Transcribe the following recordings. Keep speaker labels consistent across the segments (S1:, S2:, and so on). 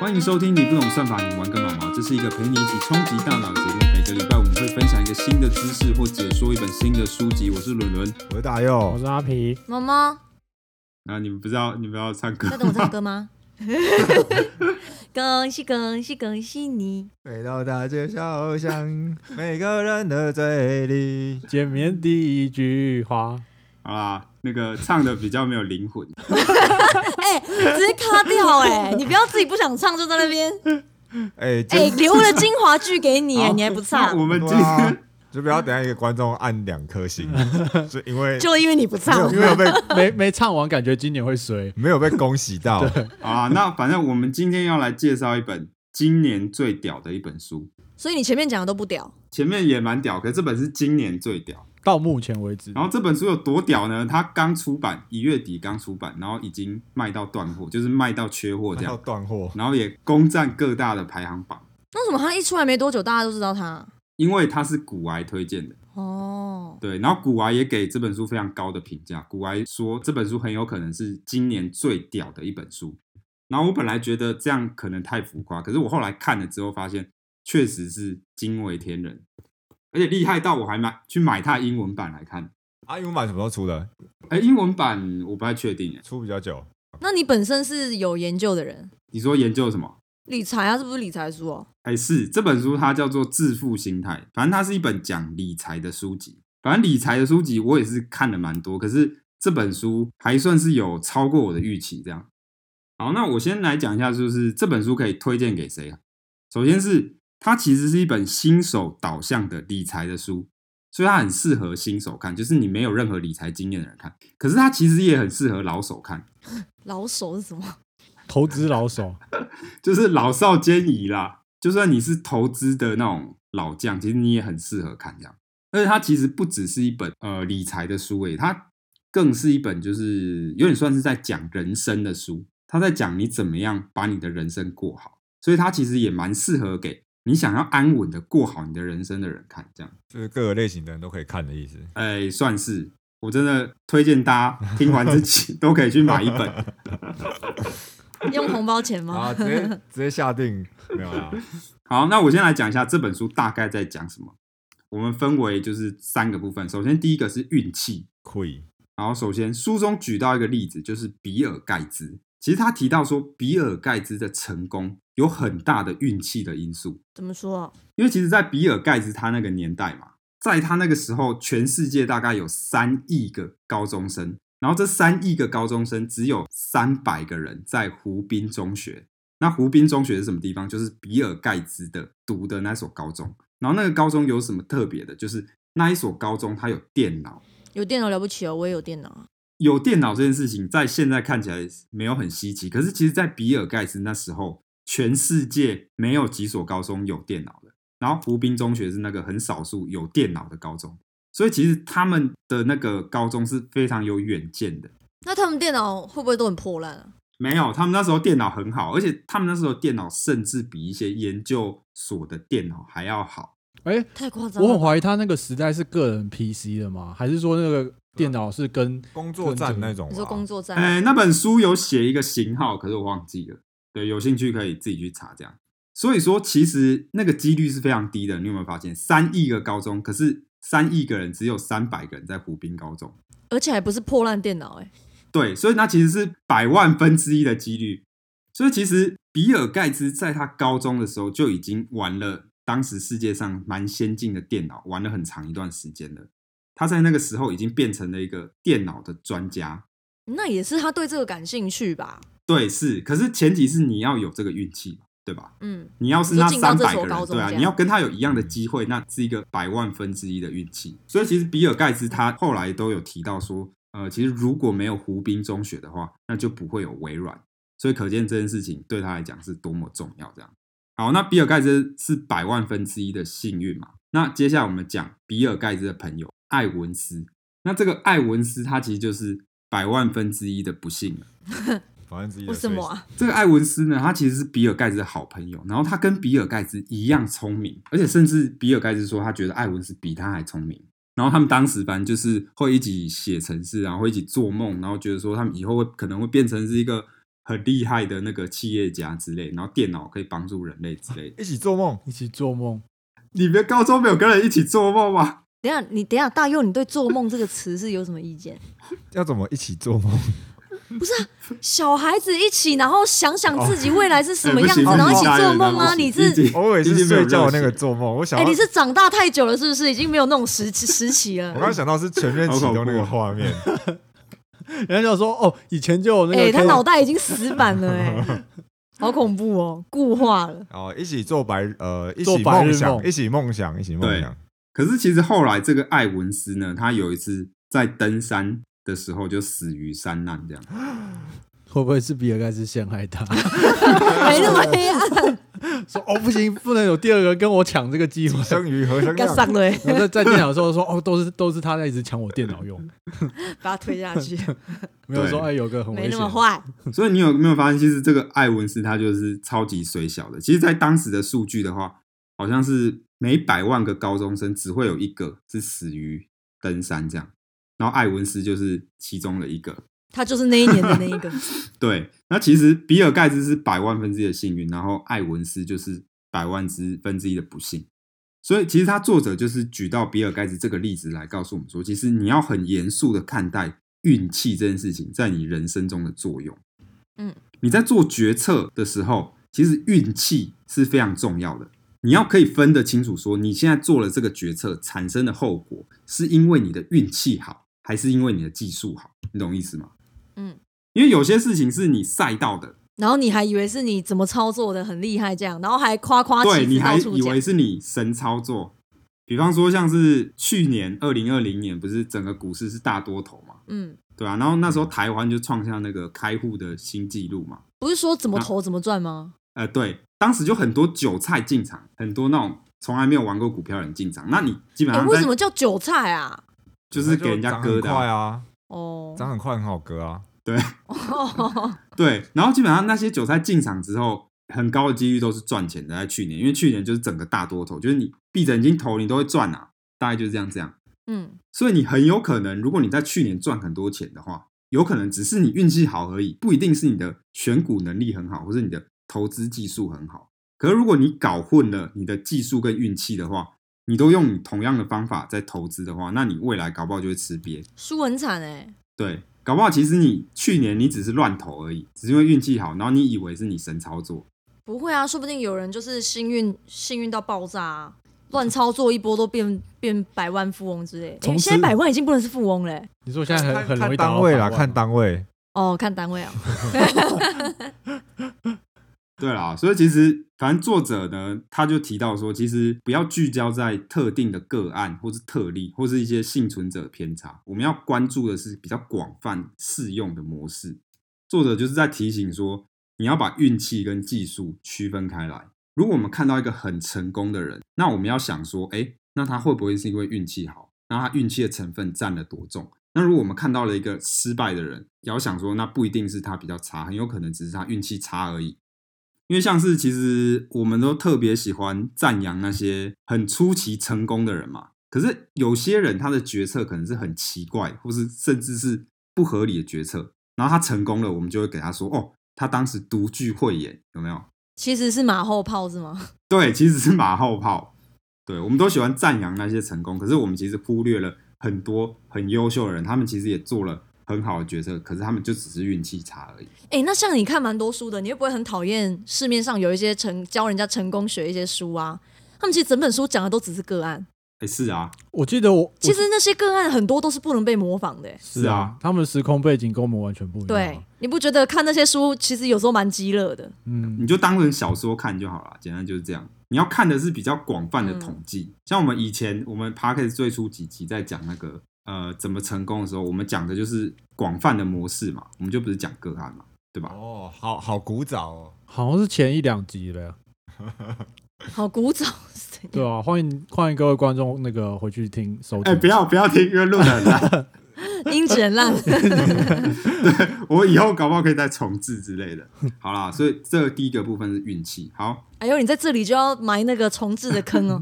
S1: 欢迎收听《你不懂算法，你玩个毛毛》，这是一个陪你一起冲击大脑的节目。每个礼拜我们会分享一个新的知识或解说一本新的书籍。我是伦伦，
S2: 我是大
S3: 我
S2: 佑，
S3: 是阿皮，
S4: 毛毛，
S1: 啊，你们不知道你们要唱 歌
S4: 在等我唱歌吗？恭喜恭喜恭喜你！
S2: 回到大街小 巷，每个人的嘴里。
S3: 见面第一句话，
S1: 好啦，那个唱的比较没有灵魂。
S4: 哎、直接卡掉哎、你不要自己不想唱就在那边
S2: 哎、
S4: 哎、
S2: 今
S4: 留了精华剧给你
S1: 好
S4: 哎，你还不
S1: 那
S4: 唱，
S1: 我们今
S2: 对
S1: 天、
S2: 啊就不要等下一个观众按两颗 星，就因为
S4: 就因为你不
S2: 没有
S4: 唱。
S2: 没有被
S3: 没没唱完，感觉今年会衰。
S2: 没有被恭喜 到。
S1: 啊，那反正我们今天要来介绍一本今年最屌的一本书，
S4: 所以你前面讲的都不屌，
S1: 前面也蛮屌，可是这本是今年最屌。
S3: 到目前为止，
S1: 然后这本书有多屌呢？它刚出版，一月底刚出版，然后已经卖到断货，就是卖到缺货这
S2: 要
S1: 样，
S2: 断货，
S1: 然后也攻占各大的排行榜，
S4: 那为什么他一出来没多久，大家都知道他？
S1: 因为它是古癌推荐的。
S4: 哦，
S1: 对，然后古癌也给这本书非常高的评价。古癌说这本书很有可能是今年最屌的一本书。然后我本来觉得这样可能太浮夸，可是我后来看了之后发现，确实是惊为天人，而且厉害到我还买去买它英文版来看。
S2: 阿啊英文版什么时候出的？
S1: 哎，英文版我不太确定哎，
S2: 出比较久，
S4: 那你本身是有研究的人，
S1: 你说研究什么？
S4: 理财啊，是不是理财书哦？
S1: 哎，是这本书它叫做《致富心态》，反正它是一本讲理财的书籍。反正理财的书籍我也是看了蛮多，可是这本书还算是有超过我的预期。这样，好，那我先来讲一下，就是这本书可以推荐给谁啊？首先是它其实是一本新手导向的理财的书，所以它很适合新手看，就是你没有任何理财经验的人看。可是它其实也很适合老手看，
S4: 老手是什 么？
S3: 投资老手，
S1: 就是老少皆宜啦。就算你是投资的那种老将，其实你也很适合看这样。而且它其实不只是一本呃理财的书诶，它更是一本就是有点算是在讲人生的书。它在讲你怎么样把你的人生过好，所以它其实也蛮适合给你想要安稳的过好你的人生的人看这样。
S2: 就是各个类型的人都可以看的意思。
S1: 哎，算是我真的推荐大家听完这期 都可以去买一本。
S4: 用红包钱吗
S2: 啊，？直接直接下 定没有啦，
S1: 好，那我先来讲一下这本书大概在讲什么。我们分为就是三个部分，首先第一个是运气，
S2: 亏
S1: 然后首先书中举到一个例子，就是比尔盖茨。其实他提到说，比尔盖茨的成功有很大的运气的因素，
S4: 怎么说？啊
S1: 因为其实，在比尔盖茨他那个年代嘛，在他那个时候，全世界大概有三亿个高中生，然后这三亿个高中生只有三百个人在湖滨中学。那湖滨中学是什么地方？就是比尔盖茨的读的那所高中。然后那个高中有什么特别的？就是那一所高中它有电脑，
S4: 有电脑了不起哦，我也有电脑啊。
S1: 有电脑这件事情，在现在看起来没有很稀奇，可是其实，在比尔盖茨那时候，全世界没有几所高中有电脑的，然后湖滨中学是那个很少数有电脑的高中，所以其实他们的那个高中是非常有远见的。
S4: 那他们电脑会不会都很破烂啊？
S1: 没有，他们那时候电脑很好，而且他们那时候电脑甚至比一些研究所的电脑还要好。
S3: 哎、
S4: 太夸张
S3: 我很
S4: 了吧。
S3: 怀疑他那个时代是个人 PC 的吗？还是说那个电脑是跟
S2: 工作站那种吧。
S4: 你说工作站啊？
S1: 哎，那本书有写一个型号，可是我忘记了。对，有兴趣可以自己去查这样。所以说，其实那个几率是非常低的。你有没有发现，三亿个高中，可是三亿个人只有三百个人在湖滨高中。
S4: 而且还不是破烂电脑、欸，哎，
S1: 对，所以那其实是百万分之一的几率。所以其实比尔盖茨在他高中的时候就已经玩了当时世界上蛮先进的电脑，玩了很长一段时间了。他在那个时候已经变成了一个电脑的专家，
S4: 那也是他对这个感兴趣吧？
S1: 对，是，可是前提是你要有这个运气嘛，对吧？
S4: 嗯，
S1: 你要是那
S4: 你说进到
S1: 三
S4: 这
S1: 百
S4: 所
S1: 个人，
S4: 高中
S1: 对啊，
S4: 这
S1: 你
S4: 样
S1: 要跟他有一样的机会，那是一个百万分之一的运气。所以其实比尔盖茨他后来都有提到说，呃，其实如果没有湖滨中学的话，那就不会有微软。所以可见这件事情对他来讲是多么重要。这样，好，那比尔盖茨是百万分之一的幸运嘛？那接下来我们讲比尔盖茨的朋友艾文斯。那这个艾文斯他其实就是百万分之一的不幸了。
S2: 反正自己的
S4: 为什么啊？
S1: 这个艾文斯呢，他其实是比尔盖茨的好朋友，然后他跟比尔盖茨一样聪明，而且甚至比尔盖茨说他觉得艾文斯比他还聪明。然后他们当时反正啊就是会一起写程式，然后会一起做梦，然后觉得说他们以后会可能会变成是一个很厉害的那个企业家之类，然后电脑可以帮助人类之类的。
S2: 一起做梦，
S3: 一起做梦，
S1: 你们高中没有跟人一起做梦吗？
S4: 等一下你等一下大佑，你对“做梦”这个词是有什么意见？
S2: 要怎么一起做 梦？
S4: 小孩子一起，然后想想自己未来是什么
S1: 哎不
S4: 样子，
S1: 行
S4: 然后一起
S1: 不行
S4: 做梦
S1: 大
S4: 啊？
S1: 人
S4: 你
S1: 已
S4: 是
S1: 经
S2: 偶尔
S1: 已
S2: 是
S1: 经没有
S2: 睡觉
S1: 热
S2: 那
S1: 血
S2: 个做梦，我想
S4: 哎，
S2: 要
S4: 你是长大太久了，是不是已经没有那种时期时期
S2: 我
S4: 了？
S2: 刚想到是全面启动那个画面，
S3: 人家就说哦，以前就有那个可
S4: 哎，
S3: 以，
S4: 他脑袋已经死板了，哎，好恐怖哦，固化了。
S2: 然哦后一起做白呃，一
S3: 做
S2: 起
S3: 白日
S2: 梦想，
S3: 梦
S2: 一起梦想，一起梦想。
S1: 可是其实后来这个艾文斯呢，他有一次在登山的时候就死于山难，这样。
S3: 会不会是比尔盖茨陷害他？
S4: 没那么黑暗，
S3: 说哦，不行，不能有第二个跟我抢这个 机会。
S2: 生于何生
S4: 该上
S2: 量？
S4: 了，欸
S3: 然后在在电脑的时候说哦，都是都是他在一直抢我电脑用，
S4: 把他推下 去，
S3: 没有说
S1: 对
S3: 哎有个很
S4: 没
S3: 危
S4: 那
S3: 险
S4: 么，坏。
S1: 所以你有没有发现，其实这个艾文斯他就是超级水小的。其实，在当时的数据的话，好像是每百万个高中生只会有一个是死于登山这样，然后艾文斯就是其中的一个。
S4: 他就是那一年的那一个，
S1: 对，那其实比尔盖茨是百万分之一的幸运，然后艾文斯就是百万之分之一的不幸。所以其实他作者就是举到比尔盖茨这个例子来告诉我们说，其实你要很严肃的看待运气这件事情在你人生中的作用。
S4: 嗯，
S1: 你在做决策的时候，其实运气是非常重要的。你要可以分得清楚，说你现在做了这个决策产生的后果，是因为你的运气好，还是因为你的技术好？你懂我意思吗？
S4: 嗯，
S1: 因为有些事情是你赛到的，
S4: 然后你还以为是你怎么操作的很厉害这样，然后还夸夸
S1: 对，
S4: 其
S1: 你
S4: 词
S1: 还
S4: 哦到处
S1: 以为
S4: 讲，
S1: 是你神操作。比方说，像是去年二零二零年，不是整个股市是大多头嘛，
S4: 嗯，
S1: 对啊，然后那时候台湾就创下那个开户的新纪录嘛，
S4: 不是说怎
S1: 啊
S4: 么投怎么赚吗？
S1: 呃，对，当时就很多韭菜进场，很多那种从来没有玩过股票的人进啊场，那你基本
S4: 哎，
S1: 上
S4: 为
S1: 在
S4: 什么叫韭菜啊？
S1: 就是给人家
S2: 长
S1: 割
S2: 很
S1: 的
S2: 快
S1: 啊、
S2: 啊，
S4: 哦，
S2: 长很快很好割啊。
S1: 对，然后基本上那些韭菜进场之后，很高的几率都是赚钱的，在去年，因为去年就是整个大多头，就是你闭着眼睛投你都会赚啊，大概就是这样这样。
S4: 嗯，
S1: 所以你很有可能，如果你在去年赚很多钱的话，有可能只是你运气好而已，不一定是你的选股能力很好，或是你的投资技术很好。可是如果你搞混了你的技术跟运气的话，你都用你同样的方法在投资的话，那你未来搞不好就会吃瘪。
S4: 输很惨哎，
S1: 对，搞不好其实你去年你只是乱投而已，只是因为运气好，然后你以为是你神操作，
S4: 不会啊，说不定有人就是幸运幸运到爆炸啊。乱操作一波都变变百万富翁之类，因
S3: 从
S4: 为
S3: 此
S4: 现在百万已经不能是富翁嘞、
S3: 你说现在
S2: 看
S3: 很很容
S2: 看
S3: 易达到
S2: 单位
S3: 百
S2: 啦，
S3: 万
S2: 看单位。
S4: 哦，看单位啊，
S1: 对啦，所以其实反正作者呢，他就提到说，其实不要聚焦在特定的个案或是特例，或是一些幸存者偏差，我们要关注的是比较广泛适用的模式。作者就是在提醒说，你要把运气跟技术区分开来。如果我们看到一个很成功的人，那我们要想说，哎，那他会不会是因为运气好？那他运气的成分占了多重？那如果我们看到了一个失败的人，也要想说，那不一定是他比较差，很有可能只是他运气差而已。因为像是其实我们都特别喜欢赞扬那些很出奇成功的人嘛，可是有些人他的决策可能是很奇怪，或是甚至是不合理的决策，然后他成功了，我们就会给他说，哦，他当时独具慧眼，有没有？
S4: 其实是马后炮是吗？
S1: 对，其实是马后炮。对，我们都喜欢赞扬那些成功，可是我们其实忽略了很多很优秀的人，他们其实也做了很好的决策，可是他们就只是运气差而已。
S4: 哎、那像你看蛮多书的，你会不会很讨厌市面上有一些成教人家成功学一些书啊？他们其实整本书讲的都只是个案，
S1: 哎，是啊，
S3: 我记得我
S4: 其实那些个案很多都是不能被模仿的、欸。
S1: 是啊，
S3: 他们时空背景跟我们完全不一样。啊
S4: 对，，你不觉得看那些书其实有时候蛮激乐的？
S3: 嗯，
S1: 你就当成小说看就好了，简单就是这样。你要看的是比较广泛的统计，像我们以前我们 p a c k e t 最初几集在讲那个呃怎么成功的时候，我们讲的就是广泛的模式嘛，我们就不是讲个案嘛，对吧？
S2: 哦，好好古早哦，
S3: 好像是前一两集
S4: 嗯
S3: 了。
S4: 好鼓掌，是怎
S3: 对
S4: 样
S3: 啊，欢迎欢迎各位观众那个回去听收
S1: 哎、
S3: 听。
S1: 不要不要听，因为录的很烂，
S4: 音质很烂。
S1: 我以后搞不好可以再重置之类的。好啦，所以这第一个部分是运气。好，
S4: 哎呦，你在这里就要埋那个重置的坑哦。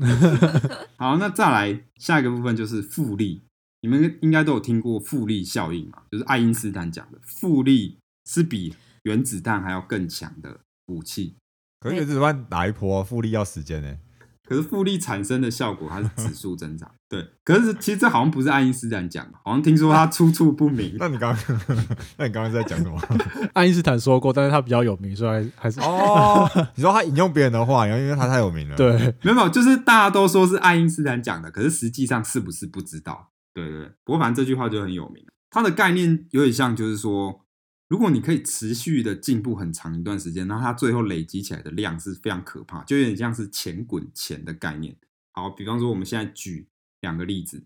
S1: 好，那再来下一个部分就是复利。你们应该都有听过复利效应嘛，就是爱因斯坦讲的，复利是比原子弹还要更强的武器。
S2: 可是原子弹打一波、啊，复利要时间呢、
S1: 可是复利产生的效果，它是指数增长。对，可是其实这好像不是爱因斯坦讲的，好像听说他出处不明。
S2: 那你刚刚，那你刚刚是在讲什 么？
S3: 爱因斯坦说过，但是他比较有名，所以还还是
S2: 哦，你说他引用别人的话，然后因为他太有名了，，
S3: 对
S1: 没有，没有，就是大家都说是爱因斯坦讲的，可是实际上是不是不知道？对对对，不过反正这句话就很有名。它的概念有点像，就是说，如果你可以持续的进步很长一段时间，那它最后累积起来的量是非常可怕，就有点像是钱滚钱的概念。好，比方说我们现在举两个例子，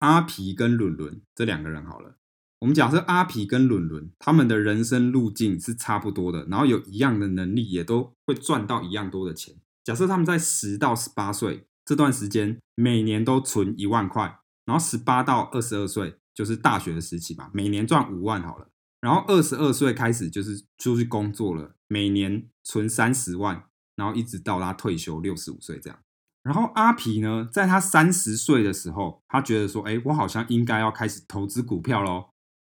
S1: 阿皮跟伦伦这两个人好了。我们假设阿皮跟伦伦他们的人生路径是差不多的，然后有一样的能力，也都会赚到一样多的钱。假设他们在十到十八岁这段时间，每年都存一万块，然后十八到二十二岁就是大学的时期吧，每年赚五万好了。然后二十二岁开始就是出去工作了，每年存三十万，然后一直到他退休六十五岁这样。然后阿皮呢，在他三十岁的时候，他觉得说，哎，我好像应该要开始投资股票喽，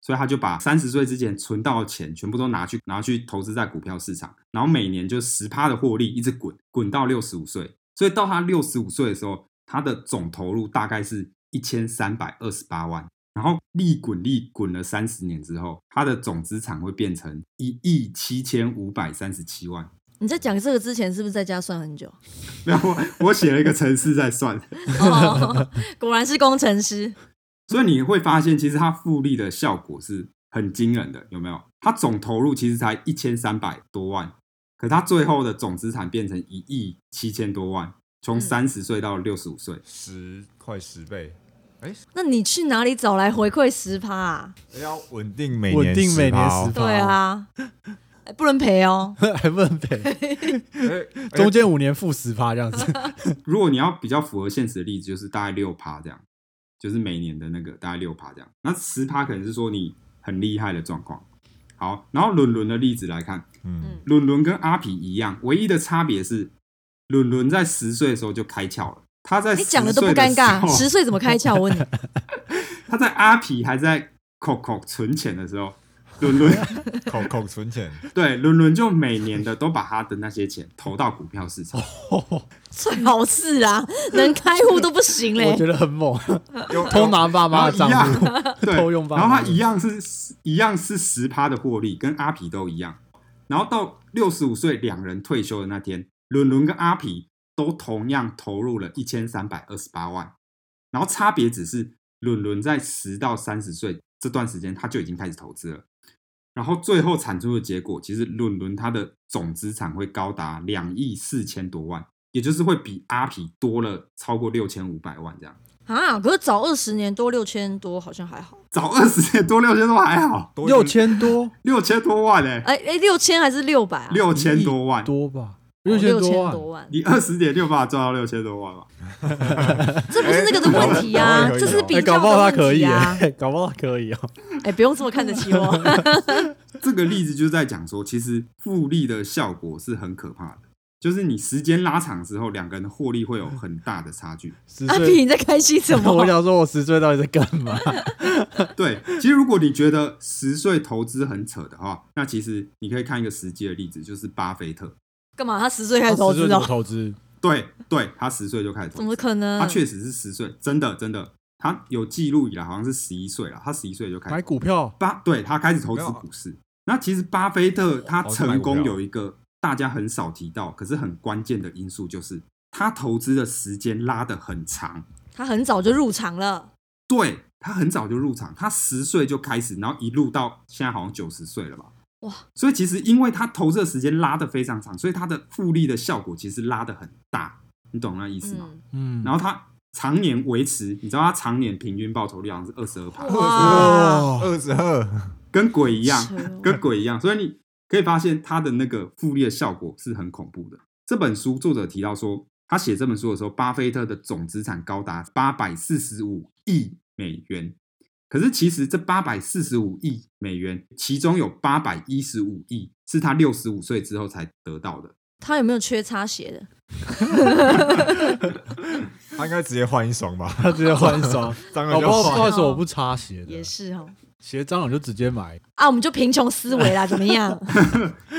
S1: 所以他就把三十岁之前存到的钱全部都拿去拿去投资在股票市场，然后每年就十趴的获利一直滚滚到六十五岁，所以到他六十五岁的时候，他的总投入大概是一千三百二十八万，然后利滚利滚了三十年之后，他的总资产会变成一亿七千五百三十七万。
S4: 你在讲这个之前，是不是在家算很久？
S1: 没有，我我写了一个程式在算。
S4: 哦，果然是工程师。
S1: 所以你会发现，其实它复利的效果是很惊人的，有没有？它总投入其实才一千三百多万，可它最后的总资产变成一亿七千多万，从
S4: 嗯
S1: 三十岁到六十五岁。
S2: 十快十倍，
S4: 那你去哪里找来回馈十趴啊？
S2: 哎要稳定每年
S3: 稳定每年
S2: 10%
S3: 十
S2: 哦
S3: 趴，
S4: 对，啊，哎不能赔哦。
S3: 还不能 赔，
S2: 哎
S3: 中间五年负十趴这样子，
S1: 如果你要比较符合现实的例子，就是大概六趴这样，就是每年的那个大概六趴这样。那十趴可能是说你很厉害的状况。好，然后伦伦的例子来看，
S2: 嗯，
S1: 伦伦跟阿皮一样，唯一的差别是，伦伦在十岁的时候就开窍了。他在
S4: 你讲的
S1: 10
S4: 都不
S1: 岁
S4: 尴
S1: 时候
S4: 尬，十岁怎么开窍？我问你，
S1: 他在阿皮还在 Coco 存钱的时候，伦伦
S2: 嗯口口存钱，
S1: 对伦伦就每年的都把他的那些钱投到股票市场，
S4: 最好是啊，能开户都不行
S3: 我
S4: 嘞。
S3: 觉得很
S1: 哎
S3: 猛，
S2: 又
S3: 偷拿爸妈的账
S1: 然后
S3: 户，
S1: 哦 对，
S3: 偷用吧
S1: 然后他一样是一样是十趴的获利，跟阿皮都一样。然后到六十五岁两人退休的那天，伦伦跟阿皮都同样投入了一千三百二十八万，然后差别只是伦伦在十到三十岁这段时间他就已经开始投资了。然后最后产出的结果，其实伦伦他的总资产会高达两亿四千多万，也就是会比阿皮多了超过六千五百万这样。
S4: 啊，可是早二十年多六千多好像还好。
S1: 早二十年多六千多还好，
S2: 多一个
S3: 六千多，
S1: 六千多万嘞、
S4: 哎哎，六千还是六百啊？
S1: 六千多万，
S3: 多啊吧，
S4: 六
S3: 千
S4: 多
S3: 万，
S4: 万，
S1: 你二十年就把它赚到六千多万吧？
S4: 这不是那个的问题
S2: 哎
S4: 啊，
S2: 可以
S4: 这是比
S3: 哎，搞
S4: 较
S3: 不好他
S4: 的
S3: 可
S4: 问
S3: 以
S4: 题啊。
S3: 欸，搞不好他可以哦，
S4: 哎，不用这么看得起 我。
S1: 这个例子就在讲说，其实复利的效果是很可怕的，就是你时间拉长之后，两个人的获利会有很大的差 距。
S3: 十
S4: 阿
S3: 岁
S4: 皮，。你在开心什 么
S3: 我？想说，我十岁到底在干嘛？
S1: 对，其实如果你觉得十岁投资很扯的话，那其实你可以看一个实际的例子，就是巴菲特。
S4: 干嘛？他十岁 开始投
S3: 十岁
S4: 资
S3: 怎么
S4: 哦？
S3: 投资？
S1: 对，对他十岁就开始投
S4: 怎
S1: 资
S4: 么，可能
S1: 他？确实是十岁，真的真的，他有记录以来好像是十一岁了，他十一岁就开始
S3: 买股票，
S1: 巴对他开始投资
S2: 没有啊
S1: 股市。那其实巴菲特他
S2: 哦是买
S1: 成
S2: 股票
S1: 功有一个大家很少提到，可是很关键的因素就是他投资的时间拉得很长。
S4: 他很早就入场了，
S1: 对他很早就入场，他十岁就开始，然后一路到现在好像九十岁了吧？
S4: 哇！
S1: 所以其实因为他投资的时间拉得非常长，所以他的复利的效果其实拉得很大，你懂那意思吗？
S4: 嗯，
S3: 嗯，
S1: 然后他常年维持，你知道他常年平均报酬率好像是二十二趴，
S4: 哇，
S3: 哇，
S2: 二十二，
S1: 跟鬼一样
S4: 扯，哦
S1: 跟鬼一样。所以你可以发现它的那个复利的效果是很恐怖的。这本书作者提到说，他写这本书的时候，巴菲特的总资产高达八百四十五亿美元。可是其实这八百四十五亿美元，其中有八百一十五亿是他六十五岁之后才得到的。
S4: 他有没有缺擦鞋的？
S2: 他应该直接换一双吧？
S3: 他直接换手，
S2: 张 了
S3: 搞不
S2: 就
S3: 好
S2: 换
S3: 换手我不擦鞋的啊
S4: 也，是哦，
S3: 写蟑螂就直接 买，
S4: 啊，我们就贫穷思维啦，怎么样？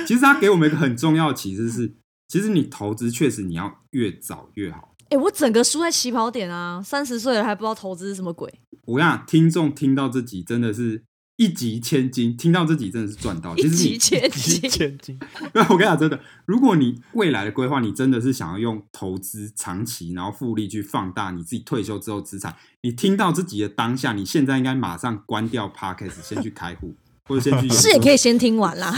S1: 其实他给我们一个很重要的启示是，其实你投资确实你要越早越好。
S4: 哎、我整个输在起跑点啊，三十岁了还不知道投资是什么鬼，
S1: 我跟你讲，听众听到这集真的是一集千金，听到这集哦真的是赚到。
S4: 一
S1: 其实
S4: 级
S1: 你
S4: 千
S3: 一
S4: 金。
S3: 千金。
S1: 对，我跟你讲，真的，如果你未来的规划，你真的是想要用投资长期，然后复利去放大你自己退休之后资产，你听到自己的当下，你现在应该马上关掉 podcast，先去开户，或者先去研
S4: 是也
S1: 究
S4: 可以先听完啦。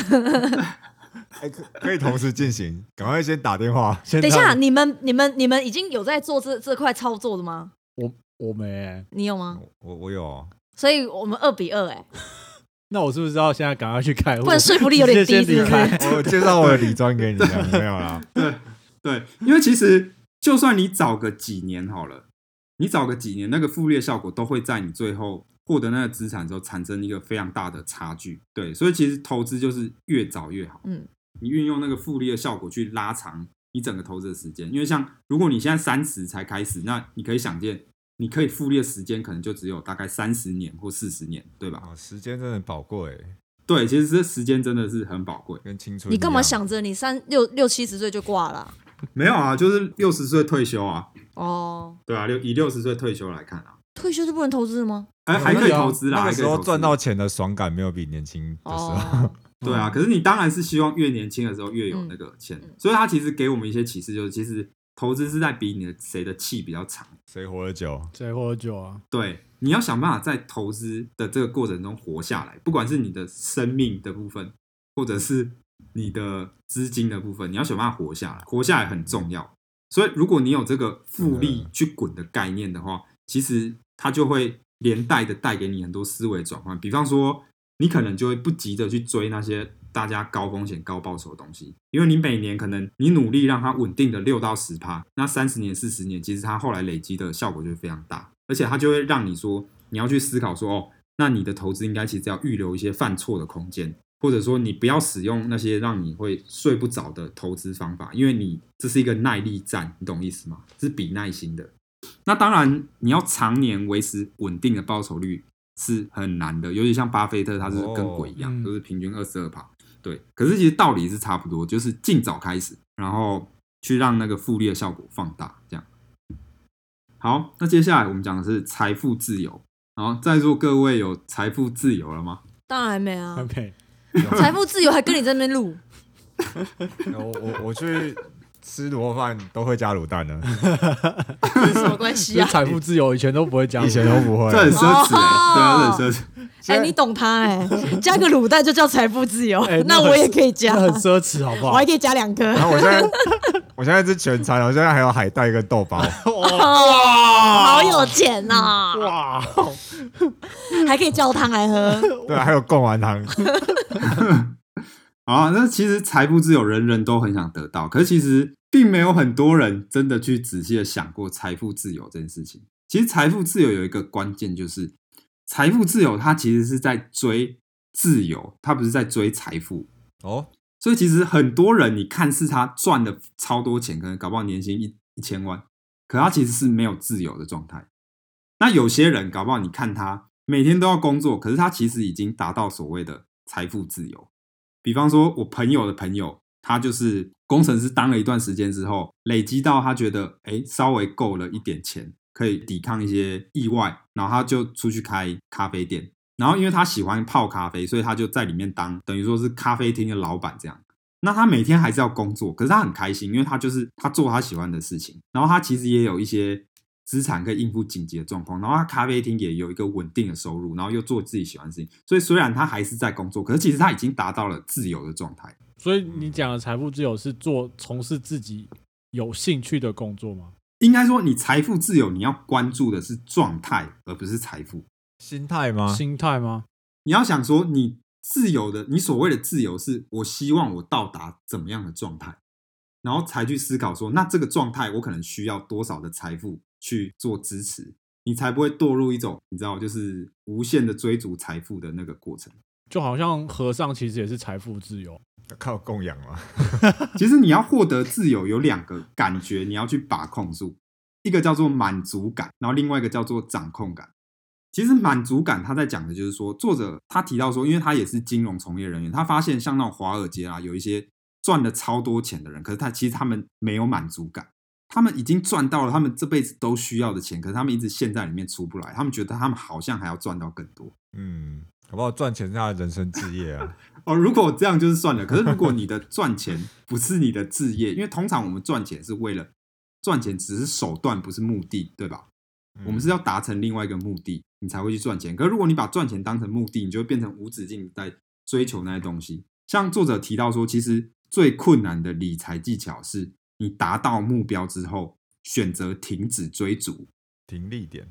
S2: 哎，可可以同时进行，赶快先打电话。
S3: 等
S4: 等一下，，你们、你们、你们已经有在做这这块操作的吗？
S3: 我我没欸，
S4: 你有吗？
S2: 我我有哦，
S4: 所以我们二比二，哎，
S3: 那我是不是要现在赶快去开户？
S4: 不然说服力有点低，
S3: 直接先
S4: 是不
S3: 离
S4: 是？
S3: 开
S2: 我介绍我的理专给你啊，没有啦。
S1: 对，因为其实就算你早个几年好了，你早个几年，那个复利的效果都会在你最后获得那个资产之后产生一个非常大的差距。对，所以其实投资就是越早越好。
S4: 嗯，
S1: 你运用那个复利的效果去拉长你整个投资的时间，因为像如果你现在三十才开始，那你可以想见，你可以复利的时间可能就只有大概三十年或四十年，对吧？
S2: 哦，时间真的很宝贵，
S1: 对，其实这时间真的是很宝贵。
S2: 跟青春。
S4: 你干嘛？想着你三六六七十岁就挂了啊、
S1: 没有啊，就是六十岁退休啊，
S4: 哦，
S1: 对啊，六以六十岁退休来看啊。
S4: 退休就不能投资了吗？
S1: 哎，还可以投资啦，
S2: 那
S1: 还
S2: 个
S1: 可以
S2: 时
S1: 投
S2: 候
S1: 资
S2: 赚到嗯钱的爽感没有比年轻的时候。
S4: 哦，
S1: 对啊，可是你当然是希望越年轻的时候越有那个钱，
S4: 嗯
S1: 所以他其实给我们一些启示，就是其实投资是在比你的谁的气比较长，
S2: 谁活得久？
S3: 谁喝酒啊？
S1: 对，你要想办法在投资的这个过程中活下来，不管是你的生命的部分，或者是你的资金的部分，你要想办法活下来，活下来很重要。所以如果你有这个复利去滚的概念的话，其实它就会连带的带给你很多思维转换。比方说，你可能就会不急着去追那些大家高风险高报酬的东西，因为你每年可能你努力让它稳定的六到十趴，那三十年、四十年，其实它后来累积的效果就会非常大，而且它就会让你说你要去思考说哦，那你的投资应该其实要预留一些犯错的空间。或者说，你不要使用那些让你会睡不着的投资方法，因为你这是一个耐力战，你懂意思吗？是比耐心的。那当然，你要常年维持稳定的报酬率是很难的，尤其像巴菲特，他是跟鬼一样，
S3: 哦嗯
S1: 都是平均二十二趴。对，可是其实道理是差不多，就是尽早开始，然后去让那个复利的效果放大，这样。好，那接下来我们讲的是财富自由。然后在座各位有财富自由了吗？
S4: 当然还没啊
S3: 还， 没。
S4: 财富自由还跟你在那边 录，
S2: 我我我去吃卤肉饭都会加卤蛋的，
S4: 这是什么关
S3: 其
S4: 系
S3: 实
S4: 啊？
S3: 财富自由以前都不会讲，
S2: 以前都不会。
S1: 这很奢侈
S4: 哦
S1: 欸，对啊，这很奢侈。
S4: 哎、你懂他 哎、加个卤蛋就叫财富自由，
S3: 哎那
S4: 那
S3: 很
S4: 我也可以加，
S3: 那很啊
S4: 我
S3: 奢侈，好不好
S4: 还？可以加两颗。
S2: 然后我现在 我现在是全餐，我现在还有海带跟豆包。
S4: 好有钱呐、
S3: 哇，
S4: 还可以叫汤 来喝。
S2: 对，还有贡丸汤。
S1: 好啊，那其实财富自由人人都很想得到，可是其实并没有很多人真的去仔细的想过财富自由这件事情。其实财富自由有一个关键，就是财富自由它其实是在追自由，它不是在追财富。
S2: 哦，
S1: 所以其实很多人，你看似他赚的超多钱，可能搞不好年薪一一千万，可他其实是没有自由的状态。那有些人搞不好，你看他每天都要工作，可是他其实已经达到所谓的财富自由。比方说，我朋友的朋友，他就是工程师，当了一段时间之后，累积到他觉得，哎，稍微够了一点钱，可以抵抗一些意外，然后他就出去开咖啡店，然后因为他喜欢泡咖啡，所以他就在里面当等于说是咖啡厅的老板这样。那他每天还是要工作，可是他很开心，因为他就是他做他喜欢的事情，然后他其实也有一些资产可以应付紧急的状况，然后他咖啡厅也有一个稳定的收入，然后又做自己喜欢的事情，所以虽然他还是在工作，可是其实他已经达到了自由的状态。
S3: 所以你讲的财富自由是做从事自己有兴趣的工作吗？
S1: 应该说，你财富自由，你要关注的是状态，而不是财富。
S2: 心态吗？
S3: 心态吗？
S1: 你要想说，你自由的，你所谓的自由是，我希望我到达怎么样的状态，然后才去思考说，那这个状态我可能需要多少的财富去做支持，你才不会堕入一种你知道，就是无限的追逐财富的那个过程。
S3: 就好像和尚其实也是财富自由，
S2: 靠供养吗？
S1: 其实你要获得自由，有两个感觉你要去把控住，一个叫做满足感，然后另外一个叫做掌控感。其实满足感他在讲的就是说，作者他提到说，因为他也是金融从业人员，他发现像那种华尔街啊，有一些赚了超多钱的人，可是他其实他们没有满足感，他们已经赚到了他们这辈子都需要的钱，可是他们一直陷在里面出不来，他们觉得他们好像还要赚到更多。
S2: 嗯，好不好？赚钱是他的人生置业啊。
S1: 哦，如果这样就是算了。可是如果你的赚钱不是你的置业，因为通常我们赚钱是为了赚钱，只是手段，不是目的，对吧？
S2: 嗯
S1: 我们是要达成另外一个目的，你才会去赚钱。可是如果你把赚钱当成目的，你就会变成无止境地在追求那些东西。像作者提到说，其实最困难的理财技巧是你达到目标之后，选择停止追逐，
S2: 停利点，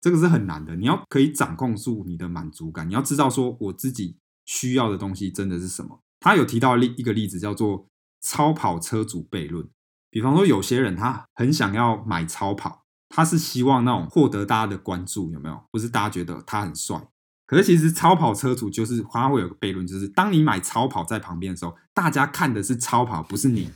S1: 这个是很难的。你要可以掌控住你的满足感，你要知道说我自己需要的东西真的是什么。他有提到另一个例子叫做超跑车主悖论，比方说有些人他很想要买超跑，他是希望那种获得大家的关注，有没有？或是大家觉得他很帅。可是其实超跑车主就是他会有个悖论，就是当你买超跑在旁边的时候，大家看的是超跑，不是你。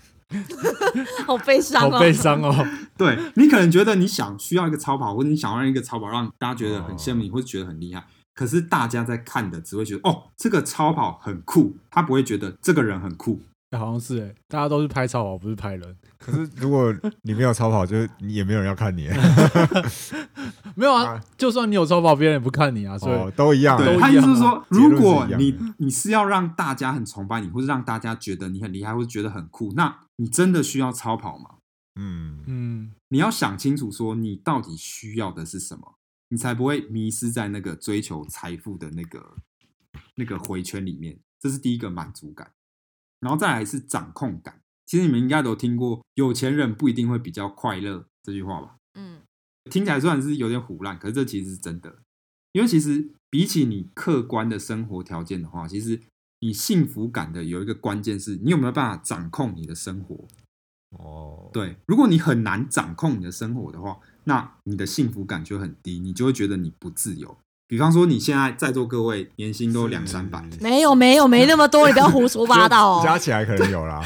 S4: 好悲伤
S3: 好
S4: 哦，
S3: 悲伤哦。
S1: 对你可能觉得你想需要一个超跑，或者你想要一个超跑让大家觉得很羡
S2: 哦
S1: 慕你，或者觉得很厉害。可是大家在看的只会觉得哦，这个超跑很酷，他不会觉得这个人很酷。
S3: 哎好像是哎，大家都是拍草，不是拍人。
S2: 可是如果你没有超跑，就是你也没有人要 看你，
S3: 没有啊，就算你有超跑，别人也不看你啊，所以
S2: 哦，都一样啊。
S3: 都
S1: 对，
S3: 一
S1: 他意思
S3: 样
S1: 是说
S3: 啊，
S2: 结论
S1: 如果
S2: 是一样
S1: 你
S2: 的
S1: 你是要让大家很崇拜你，或者让大家觉得你很厉害，或者觉得很酷，那你真的需要超跑吗？
S2: 嗯，
S3: 嗯，
S1: 你要想清楚，说你到底需要的是什么，你才不会迷失在那个追求财富的那个那个回圈里面。这是第一个满足感，然后再来是掌控感。其实你们应该都听过“有钱人不一定会比较快乐”这句话吧？
S4: 嗯，
S1: 听起来虽然是有点胡乱，可是这其实是真的。因为其实比起你客观的生活条件的话，其实你幸福感的有一个关键是你有没有办法掌控你的生活。
S2: 哦，，
S1: 对，如果你很难掌控你的生活的话，那你的幸福感就很低，你就会觉得你不自由。比方说，你现在在座各位年薪都两三百，
S4: 没有没有没那么多，你不要胡说八道
S2: 加
S4: 哦。
S2: 起来可能有啦。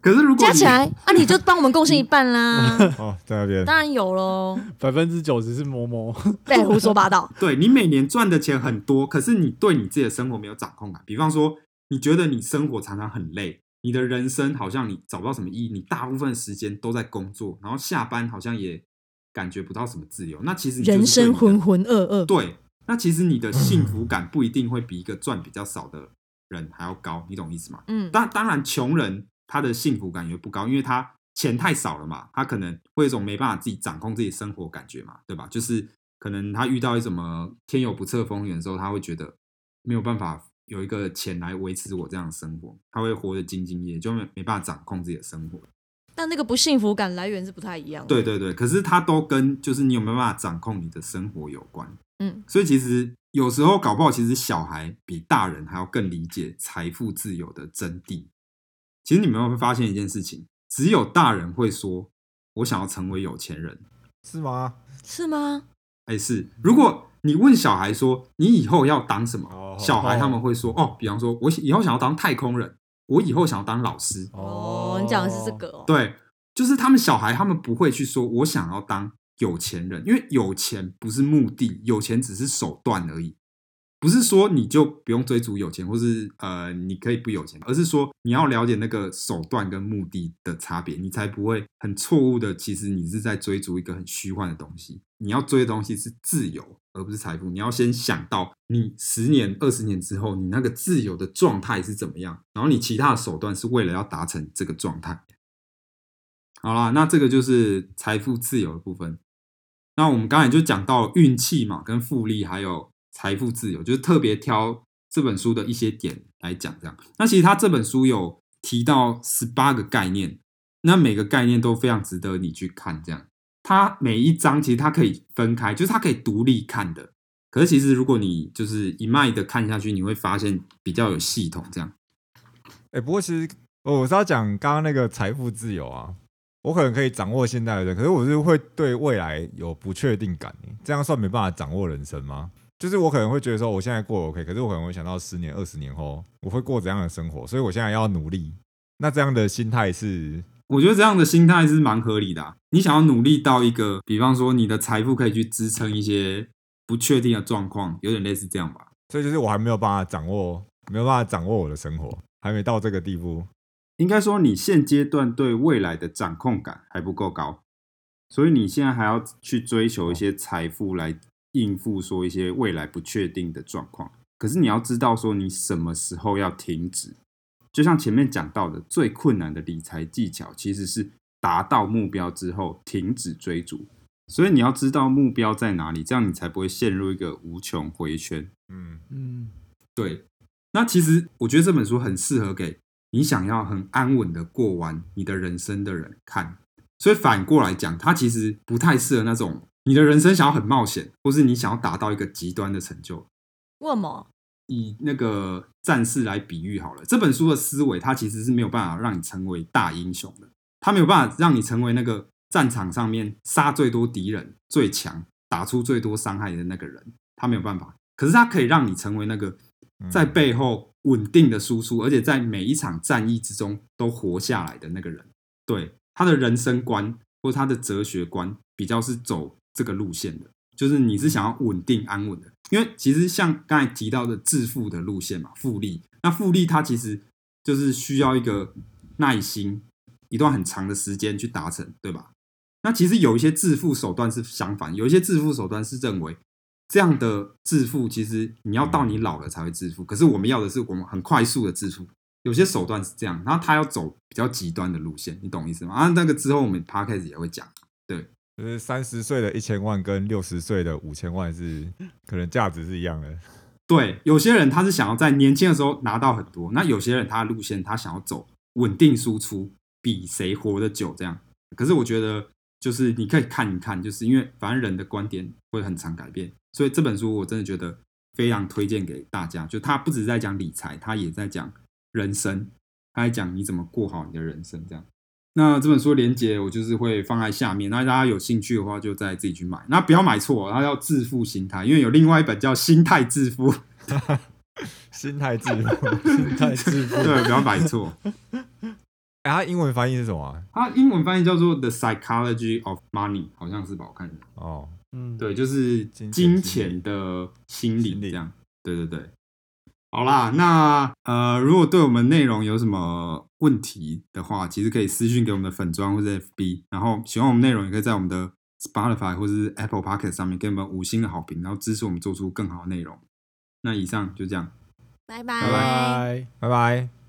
S1: 可是如果
S4: 加
S1: 你
S4: 起来，啊，你就帮我们贡献一半 啦。
S2: 哦，在那边
S4: 当然有喽，
S3: 百分之九十是某某，
S4: 别胡说八道。
S1: 对你每年赚的钱很多，可是你对你自己的生活没有掌控感。啊比方说，你觉得你生活常常很累，你的人生好像你找不到什么意义，你大部分时间都在工作，然后下班好像也感觉不到什么自由。那其实你就是
S4: 人生
S1: 对你的
S4: 浑浑噩噩，
S1: 对，那其实你的幸福感不一定会比一个赚比较少的人还要高，你懂意思吗？
S4: 嗯，
S1: 当当然，穷人他的幸福感也不高，因为他钱太少了嘛，他可能会有一种没办法自己掌控自己生活感觉嘛，对吧？就是可能他遇到一什么天有不测风云的时候，他会觉得没有办法有一个钱来维持我这样的生活，他会活得兢兢业业，就没没办法掌控自己的生活。
S4: 但那个不幸福感来源是不太一样的。
S1: 对对对，可是它都跟就是你有没有办法掌控你的生活有关。
S4: 嗯，
S1: 所以其实有时候搞不好，其实小孩比大人还要更理解财富自由的真谛。其实你们会发现一件事情，只有大人会说“我想要成为有钱人
S2: 是吗？
S4: 是吗？”。
S1: 哎，是，如果你问小孩说“你以后要当什么”，
S2: 哦
S1: 小孩他们会说：“哦，比方说，我以后想要当太空人，我以后想要当老师。”
S4: 哦，你讲的是这个哦。
S1: 对，就是他们小孩，他们不会去说我想要当有钱人，因为有钱不是目的，有钱只是手段而已。不是说你就不用追逐有钱，或是呃你可以不有钱，而是说你要了解那个手段跟目的的差别，你才不会很错误的。其实你是在追逐一个很虚幻的东西，你要追的东西是自由，而不是财富。你要先想到你十年、二十年之后，你那个自由的状态是怎么样，然后你其他的手段是为了要达成这个状态。好啦，那这个就是财富自由的部分。那我们刚才就讲到运气嘛，跟复利，还有财富自由，就是特别挑这本书的一些点来讲。这样，那其实他这本书有提到十八个概念，那每个概念都非常值得你去看。这样，它每一章其实它可以分开，就是它可以独立看的。可是其实如果你就是一脉的看下去，你会发现比较有系统。这样，
S2: 哎、不过其实、哦、我是要讲刚刚那个财富自由啊，我可能可以掌握现在的人，可是我是会对未来有不确定感耶，这样算没办法掌握人生吗？就是我可能会觉得说，我现在过得 OK，可是我可能会想到十年、二十年后我会过怎样的生活，所以我现在要努力。那这样的心态是，
S1: 我觉得这样的心态是蛮合理的、啊。你想要努力到一个，比方说你的财富可以去支撑一些不确定的状况，有点类似这样吧。
S2: 所以就是我还没有办法掌握，没有办法掌握我的生活，还没到这个地步。
S1: 应该说，你现阶段对未来的掌控感还不够高，所以你现在还要去追求一些财富来应付说一些未来不确定的状况。可是你要知道，说你什么时候要停止。就像前面讲到的，最困难的理财技巧其实是达到目标之后停止追逐。所以你要知道目标在哪里，这样你才不会陷入一个无穷回圈。
S2: 嗯，
S3: 嗯，
S1: 对，那其实我觉得这本书很适合给你想要很安稳的过完你的人生的人看。所以反过来讲，它其实不太适合那种你的人生想要很冒险，或是你想要达到一个极端的成就。
S4: 为什么？
S1: 以那个战士来比喻好了，这本书的思维它其实是没有办法让你成为大英雄的，它没有办法让你成为那个战场上面杀最多敌人、最强、打出最多伤害的那个人，它没有办法。可是它可以让你成为那个
S2: 嗯
S1: 在背后稳定的输出，而且在每一场战役之中都活下来的那个人。对他的人生观或他的哲学观，比较是走这个路线的，就是你是想要稳定安稳的。因为其实像刚才提到的致富的路线嘛，复利，那复利它其实就是需要一个耐心，一段很长的时间去达成，对吧？那其实有一些致富手段是相反，有一些致富手段是认为这样的致富，其实你要到你老了才会致富。可是我们要的是我们很快速的致富。有些手段是这样，然后他要走比较极端的路线，你懂意思吗？啊，那个之后我们 p o d c a s 也会讲。
S2: 就是三十岁的一千万跟六十岁的五千万是可能价值是一样的。
S1: 对，有些人他是想要在年轻的时候拿到很多，那有些人他的路线他想要走稳定输出，比谁活得久这样。可是我觉得，就是你可以看一看，就是因为反正人的观点会很常改变，所以这本书我真的觉得非常推荐给大家。就他不止在讲理财，他也在讲人生，他还讲你怎么过好你的人生这样。那这本书的连接我就是会放在下面，那大家有兴趣的话就再自己去买，那不要买错哦，它叫致富心态，因为有另外一本叫《心态致富》，
S2: 心态自由，
S3: 太自负。
S1: 对，不要买错。
S2: 哎、它英文翻译是什么、啊？
S1: 它英文翻译叫做《The Psychology of Money》，好像是吧？我看一下。
S2: 哦，
S3: 嗯，
S1: 对，就是
S2: 金钱
S1: 金钱的心理
S2: 心理
S1: 这样。对对对。好啦，那呃，如果对我们内容有什么问题的话，其实可以私信给我们的粉砖或者 FB，然后喜欢我们内容也可以在我们的 Spotify 或者是 Apple p o c k e t 上面给我们五星的好评，然后支持我们做出更好的内容。那以上就这样。
S4: 拜
S3: 拜拜。
S1: 拜
S2: 拜拜。